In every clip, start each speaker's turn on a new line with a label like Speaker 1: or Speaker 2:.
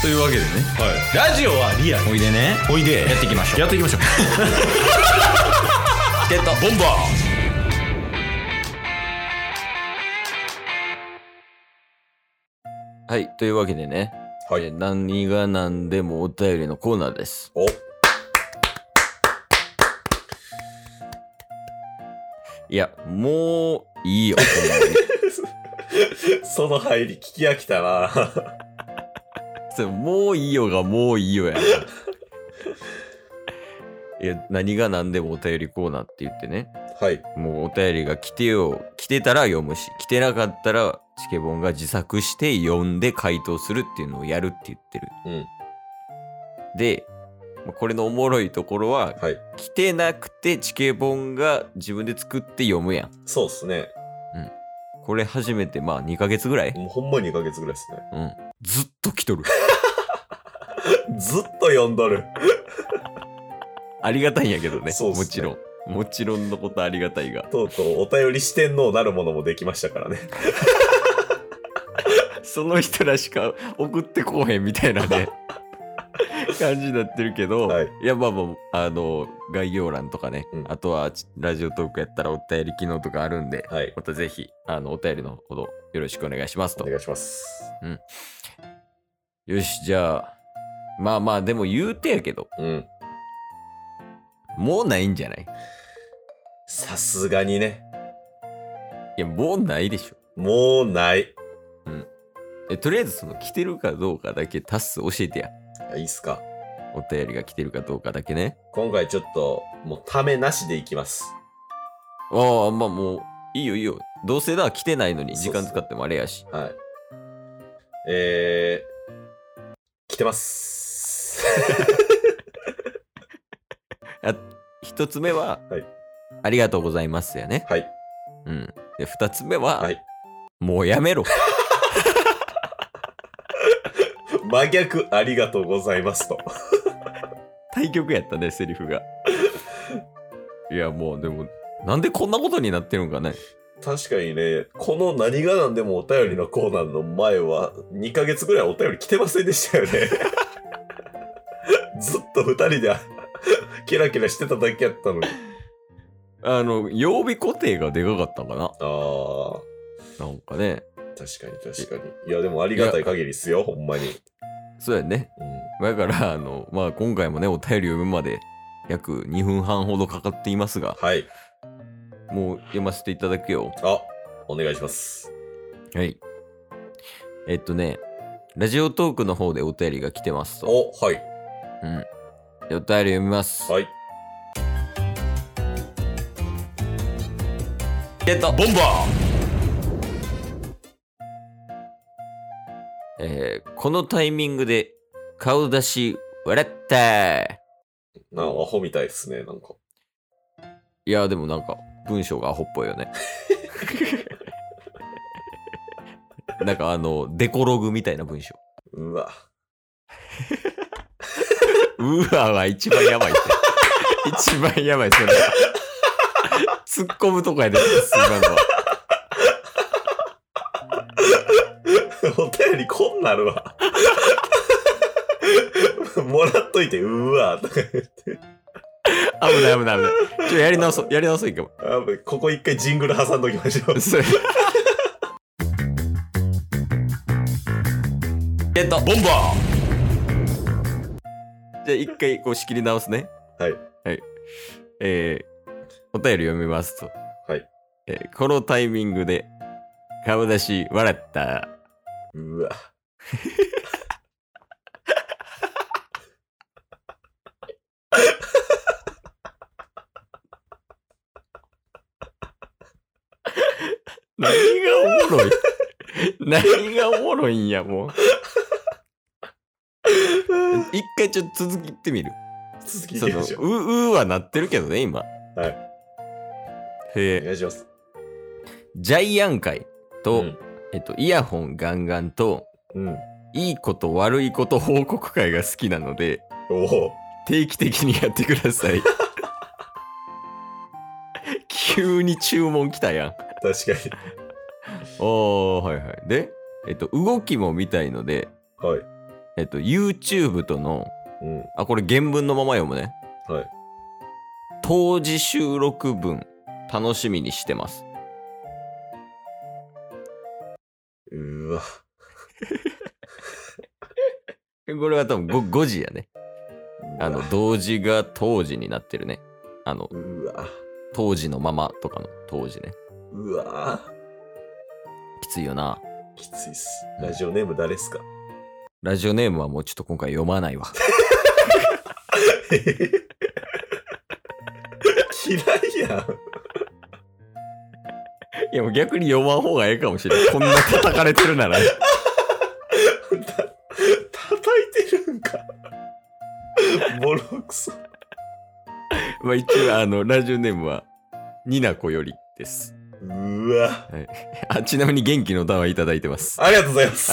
Speaker 1: というわけでね
Speaker 2: はい、ラジオはリアル
Speaker 1: おいでね
Speaker 2: おいで
Speaker 1: やっていきましょう
Speaker 2: やっていきましょう
Speaker 1: ゲット
Speaker 2: ボンバ
Speaker 1: はいというわけでね、
Speaker 2: ー
Speaker 1: えー何が何でもお便りのコーナーです
Speaker 2: お
Speaker 1: いやもういいよ
Speaker 2: その入り聞き飽きたな
Speaker 1: それもういいよがもういいよやいや何が何でもお便りコーナーって言ってね
Speaker 2: はい
Speaker 1: もうお便りが来てよ来てたら読むし来てなかったらチケボンが自作して読んで回答するっていうのをやるって言ってる
Speaker 2: うん
Speaker 1: でまあこれのおもろいところは
Speaker 2: はい
Speaker 1: 来てなくてチケボンが自分で作って読むやん
Speaker 2: そうっすね
Speaker 1: これ初めてまあ2ヶ月ぐらい、
Speaker 2: もうほんま2ヶ月ぐらいっすね
Speaker 1: うん、ずっと来とる
Speaker 2: ずっと呼んどる
Speaker 1: ありがたいんやけどね
Speaker 2: そうっすね
Speaker 1: もちろんもちろんのことありがたいが
Speaker 2: とうとうお便り四天王なるものもできましたからね
Speaker 1: その人らしか送ってこうへんみたいな ね感じになってるけど、
Speaker 2: はい
Speaker 1: い、やまあまああの概要欄とかね、
Speaker 2: うん
Speaker 1: あとはちラジオトークやったらお便り機能とかあるんで
Speaker 2: はい
Speaker 1: またぜひあのお便りのほどよろしくお願いします
Speaker 2: お
Speaker 1: と
Speaker 2: 願いします
Speaker 1: よしじゃあまあまあでも言うてやけど
Speaker 2: うん
Speaker 1: もうないんじゃない
Speaker 2: さすがにね
Speaker 1: いやもうないでしょ
Speaker 2: もうない
Speaker 1: えとりあえずその来てるかどうかだけタス教えてや
Speaker 2: いいっすか
Speaker 1: お便りが来てるかどうかだけね
Speaker 2: 今回ちょっともうためなしでいきます
Speaker 1: ああまあもういいよいいよどうせだ来てないのに
Speaker 2: そ
Speaker 1: 時
Speaker 2: うそう
Speaker 1: 間使ってもあれやし
Speaker 2: はいえー、来てます
Speaker 1: 一つ目は、
Speaker 2: はい
Speaker 1: ありがとうございますやね。
Speaker 2: はい
Speaker 1: うん。で、二つ目は、
Speaker 2: はい
Speaker 1: もうやめろ。
Speaker 2: 真逆ありがとうございますと
Speaker 1: 対局やったね、セリフが。いや、もうでも、なんでこんなことになってるんかね。
Speaker 2: 確かにねこの何がなんでもお便りのコーナーの前は2ヶ月ぐらいお便り来てませんでしたよね ずっと2人でキラキラしてただけやったのに
Speaker 1: あの、曜日固定がでかかったかな。
Speaker 2: あー
Speaker 1: なんかね。
Speaker 2: 確かに確かにいやでもありがたい限りですよほんまに、
Speaker 1: そうやね。
Speaker 2: うん、
Speaker 1: だから、あの、まあ今回もね、お便り読むまで約2分半ほどかかっていますが、
Speaker 2: はい
Speaker 1: もう読ませていただくよ。
Speaker 2: あお願いします
Speaker 1: はい。えっとね、ラジオトークの方でお便りが来てますと。
Speaker 2: おはい
Speaker 1: うん。お便り読みます。
Speaker 2: はい
Speaker 1: ゲット
Speaker 2: ボンバ
Speaker 1: えーこのタイミングで顔出し笑った
Speaker 2: ーなんかアホみたいですねなんか
Speaker 1: いやでもなんか文章がアホっぽいよね なんかあのデコログみたいな文章
Speaker 2: うわ
Speaker 1: うわは一番やばいって一番やばいそれは 突っ込むとこやで今のは
Speaker 2: お便りこんなるわ。 もらっといて、うわとか言って
Speaker 1: 危ない危ない危ないちょやり直そうやり直そういいかも
Speaker 2: あここ一回ジングル挟んどきましょう。
Speaker 1: それゲット
Speaker 2: ボンバ
Speaker 1: じゃあ一回こう仕切り直すね。
Speaker 2: はい。
Speaker 1: はい。えー、お便り読みますと。
Speaker 2: はい。
Speaker 1: えーこのタイミングで、顔出し笑った。
Speaker 2: ーうわ。
Speaker 1: 何がお もろい何がおもろいんや、もう。一回ちょっと続き言ってみる。
Speaker 2: 続きい
Speaker 1: そ
Speaker 2: き
Speaker 1: の、
Speaker 2: ま
Speaker 1: う、
Speaker 2: しょう。。
Speaker 1: うーはなってるけどね、今。はい
Speaker 2: お
Speaker 1: え
Speaker 2: 願いします。
Speaker 1: ー、ジャイアン会と、
Speaker 2: うん
Speaker 1: えっと、イヤホンガンガンと、
Speaker 2: うん。
Speaker 1: いいこと悪いこと報告会が好きなので、
Speaker 2: おお。
Speaker 1: 定期的にやってください 急に注文来たやん
Speaker 2: 確か
Speaker 1: おーはいはいでえっと動きも見たいので
Speaker 2: に。はい。
Speaker 1: えっと、YouTube との、
Speaker 2: うん。
Speaker 1: あ、これ原文のまま読むね。
Speaker 2: はい。
Speaker 1: 当時収録分、楽しみにしてます。
Speaker 2: うわ。
Speaker 1: これは多分 5, 時やね。あの、同時が当時になってるね。あの、
Speaker 2: うわ。
Speaker 1: 当時のままとかの当時ね。
Speaker 2: うわ。
Speaker 1: きついよな。
Speaker 2: きついっす。ラジオネーム誰っすか
Speaker 1: ラジオネームはもうちょっと今回読まないわ。
Speaker 2: 嫌いやん。
Speaker 1: いや、もう逆に読まん方がええかもしれん。こんな叩かれてるなら。
Speaker 2: た叩いてるんか。ボロクソ。
Speaker 1: まあ一応、あの、ラジオネームは、になこよりです。
Speaker 2: うわ。
Speaker 1: あ、ちなみに元気の談はいただいてます。
Speaker 2: ありがとうございます。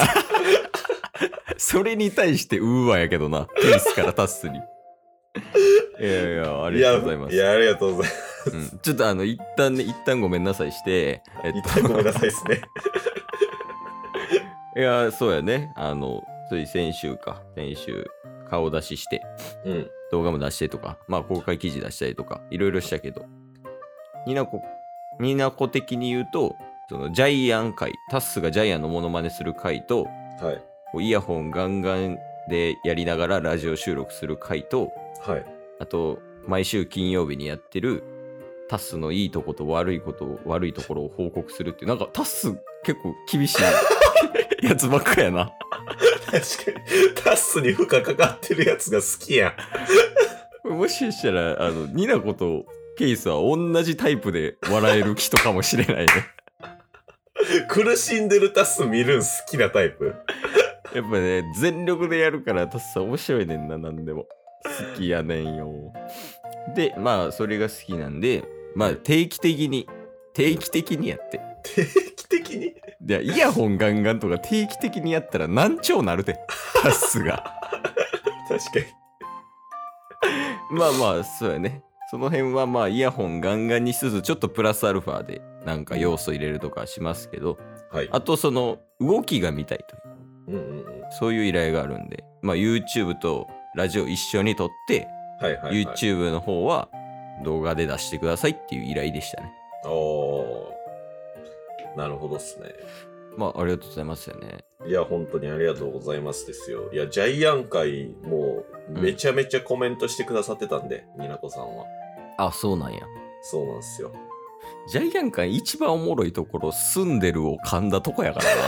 Speaker 1: それに対して、うーわやけどな。テニスからタッスに。い やいや、ありがとうございます。
Speaker 2: やや、ありがとうございます。
Speaker 1: うんちょっとあの、一旦ね、一旦ごめんなさいして、えっと
Speaker 2: 一旦ごめんなさいですね。
Speaker 1: いや、そうやね。あの、つい先週か。先週、顔出しして、
Speaker 2: うん。
Speaker 1: 動画も出してとか、まあ公開記事出したりとか、いろいろしたけど、になこ、になこ的に言うと、そのジャイアン会、タッスがジャイアンのモノマネする回と、
Speaker 2: はい。
Speaker 1: こうイヤホンガンガンでやりながらラジオ収録する回と、
Speaker 2: はい。
Speaker 1: あと、毎週金曜日にやってる、タッスのいいとこと悪いことを、悪いところを報告するっていう、なんかタッス結構厳しいやつばっかやな。
Speaker 2: 確かに、タスに負荷かかってるやつが好きやん。
Speaker 1: もししたら、あの、ニナコとケイスは同じタイプで笑える人かもしれないね。
Speaker 2: 苦しんでるタス見るん好きなタイプ。
Speaker 1: やっぱね、全力でやるから、タスさん面白いねんな、なんでも。好きやねんよ。で、まあ、それが好きなんで、まあ、定期的に、定期的にやって。
Speaker 2: 定期的に。
Speaker 1: で、イヤホンガンガンとか定期的にやったら難聴なるで、タスが。
Speaker 2: 確かに。
Speaker 1: まあまあ、そうやね。その辺はまあ、イヤホンガンガンにしつつ、ちょっとプラスアルファで、なんか要素入れるとかしますけど、
Speaker 2: はい。
Speaker 1: あとその動きが見たいと
Speaker 2: うん
Speaker 1: いう
Speaker 2: うんうん。
Speaker 1: そういう依頼があるんで、まあ、YouTube とラジオ一緒に撮って、
Speaker 2: はいはい、はい。
Speaker 1: YouTube の方は動画で出してくださいっていう依頼でしたね。
Speaker 2: おーなるほどっすね。
Speaker 1: まあありがとうございますよね。
Speaker 2: いや、本当にありがとうございますですよ。いや、ジャイアン会、もう、
Speaker 1: うん
Speaker 2: めちゃめちゃコメントしてくださってたんで、になこさんは。
Speaker 1: あそうなんや。
Speaker 2: そうなんですよ。
Speaker 1: ジャイアン館一番おもろいところ住んでるを噛んだとこや からな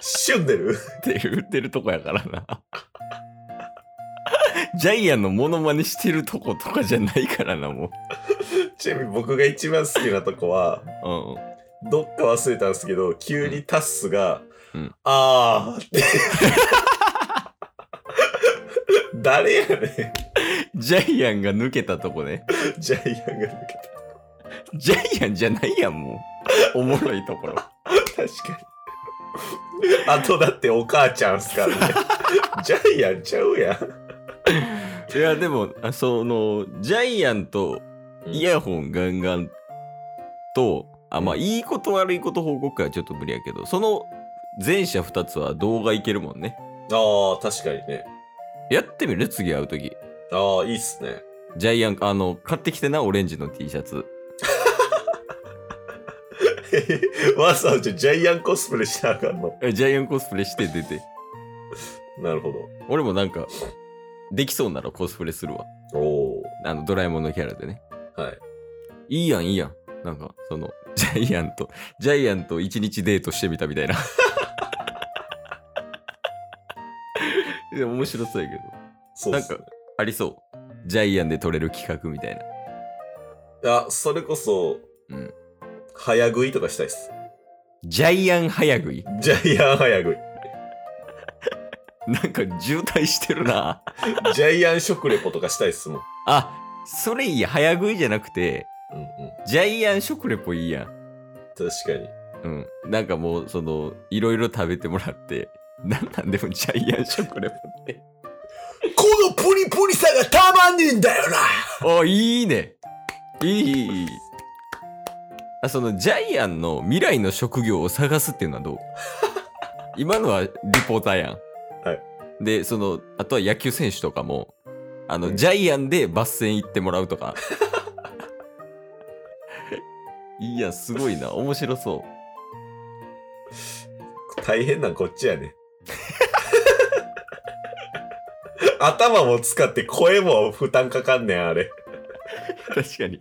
Speaker 2: しゅんでる
Speaker 1: って言ってるとこやからな。 ジャイアンのモノマネしてるとことかじゃないからなもう。
Speaker 2: ちなみに僕が一番好きなとこは、
Speaker 1: うんうん、
Speaker 2: どっか忘れたんですけど、急にタッスが、
Speaker 1: うん
Speaker 2: あーって。 誰やね
Speaker 1: ジャイアンが抜けたとこね。
Speaker 2: ん。ジャイアンが抜け
Speaker 1: ジャイアンじゃないやん、もう。おもろいところ。
Speaker 2: た。確かに。あとだってお母ちゃんっす からね。ジャイアンちゃうやん。
Speaker 1: いや、でも、あその、ジャイアンと
Speaker 2: うん
Speaker 1: イヤホンガンガンと、あ、まあ、いいこと悪いこと報告はちょっと無理やけど、その前者2つは動画いけるもんね。
Speaker 2: ああ、確かにね。
Speaker 1: やってみる次会うとき。
Speaker 2: ああ、いいっすね。
Speaker 1: ジャイアン、あの、買ってきてな、オレンジの T シャツ。
Speaker 2: わざわざジャイアンコスプレしたらあかんの。
Speaker 1: えジャイアンコスプレして出て。
Speaker 2: なるほ
Speaker 1: 俺もなんか、できそうならコスプレするわ。
Speaker 2: ど。お
Speaker 1: あの、ドラえもんのキャラでね。
Speaker 2: お。はい。
Speaker 1: いいやん、いいやん。なんか、その、ジャイアンと、ジャイアンと一日デートしてみたみたいな。いや、面白そうやけど。
Speaker 2: そうっすね
Speaker 1: なんありそう。ジャイアンで撮れる企画みたいな。
Speaker 2: あ、それこそ、
Speaker 1: うん
Speaker 2: 早食いとかしたいっす。
Speaker 1: ジャイアン早食い。
Speaker 2: ジャイアン早食い。
Speaker 1: なんか渋滞してるな。
Speaker 2: ジャイアン食レポとかしたいっすもん。
Speaker 1: あ、それいいや。早食いじゃなくて、
Speaker 2: うんうん。
Speaker 1: ジャイアン食レポいいやん。
Speaker 2: 確かに。
Speaker 1: うん。なんかもう、その、いろいろ食べてもらって、なんなんでもジャイアン食レポって。
Speaker 2: このプリプリさがたまんねえんだよな
Speaker 1: あ、いいね。いいいいいい。あそのジャイアンの未来の職業を探すっていうのはどう今のはリポーターやん。
Speaker 2: は
Speaker 1: で、その、あとは野球選手とかも、あの、
Speaker 2: うん
Speaker 1: ジャイアンでバッセン行ってもらうとか。いや、すごいな。面白そ
Speaker 2: 大変なんこっちやね。 頭も使って声も負担かかんねん、あれ。
Speaker 1: う。確かに。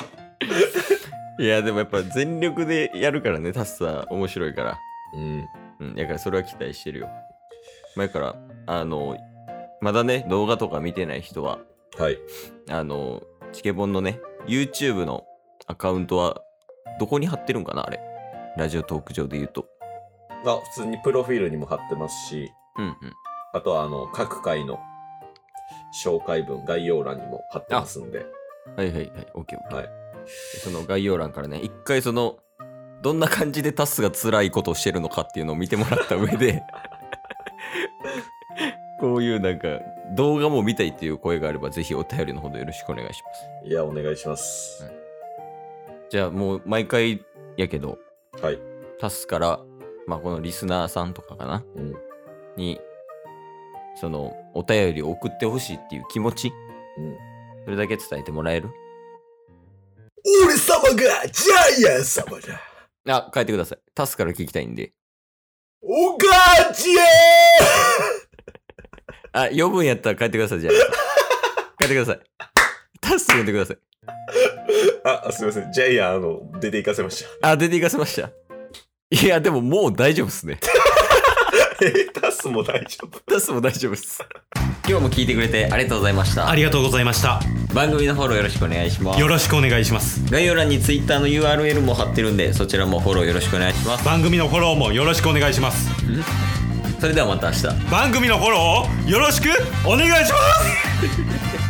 Speaker 1: いや、でもやっぱ全力でやるからね、タッサー面白いから。
Speaker 2: うん。
Speaker 1: うん、だからそれは期待してるよ。前から、あの、まだね、動画とか見てない人は、
Speaker 2: はい。
Speaker 1: あの、チケボンのね、YouTube のアカウントは、どこに貼ってるんかなあれ。ラジオトーク上で言うと。
Speaker 2: あ、普通にプロフィールにも貼ってますし、
Speaker 1: うんうん。
Speaker 2: あとはあの、各回の紹介文、概要欄にも貼ってますんで。
Speaker 1: はいはいはい。OK, OK。
Speaker 2: はい
Speaker 1: その概要欄からね、一回その、どんな感じでタスが辛いことをしてるのかっていうのを見てもらった上 で、こういうなんか、動画も見たいっていう声があれば、ぜひお便りのほどよろしくお願いします。
Speaker 2: いや、お願いします。
Speaker 1: じゃあもう毎回やけど、
Speaker 2: はい。
Speaker 1: タスから、まあこのリスナーさんとかかな、
Speaker 2: うん。
Speaker 1: に、その、お便りを送ってほしいっていう気持ち、
Speaker 2: うん
Speaker 1: それだけ伝えてもらえる
Speaker 2: 俺様がジャイアン様だ
Speaker 1: あ、変えてください。タスから聞きたいんで。
Speaker 2: お母ちゃ
Speaker 1: あ、余分やったら変えてください、じゃあ。 変えてください。タス呼んでください。
Speaker 2: んあ、すいません。ジャイアン、あの、出て行かせまし
Speaker 1: あ、出て行かせました。いや、でももう大丈夫っすね。
Speaker 2: た。 え、タスも大丈夫。
Speaker 1: タスも大丈夫っす。 今日も聞いてくれてありがとうございました
Speaker 3: あ。りがとうございました。
Speaker 1: 番組のフォローよろしくお願いします
Speaker 3: よ。ろしくお願いします。
Speaker 1: 概要欄に Twitter の URL も貼ってるんで、そちらもフォローよろしくお願いします。
Speaker 3: 番組のフォローもよろしくお願いします。
Speaker 1: それではまた明日。
Speaker 3: 番組のフォローをよろしくお願いします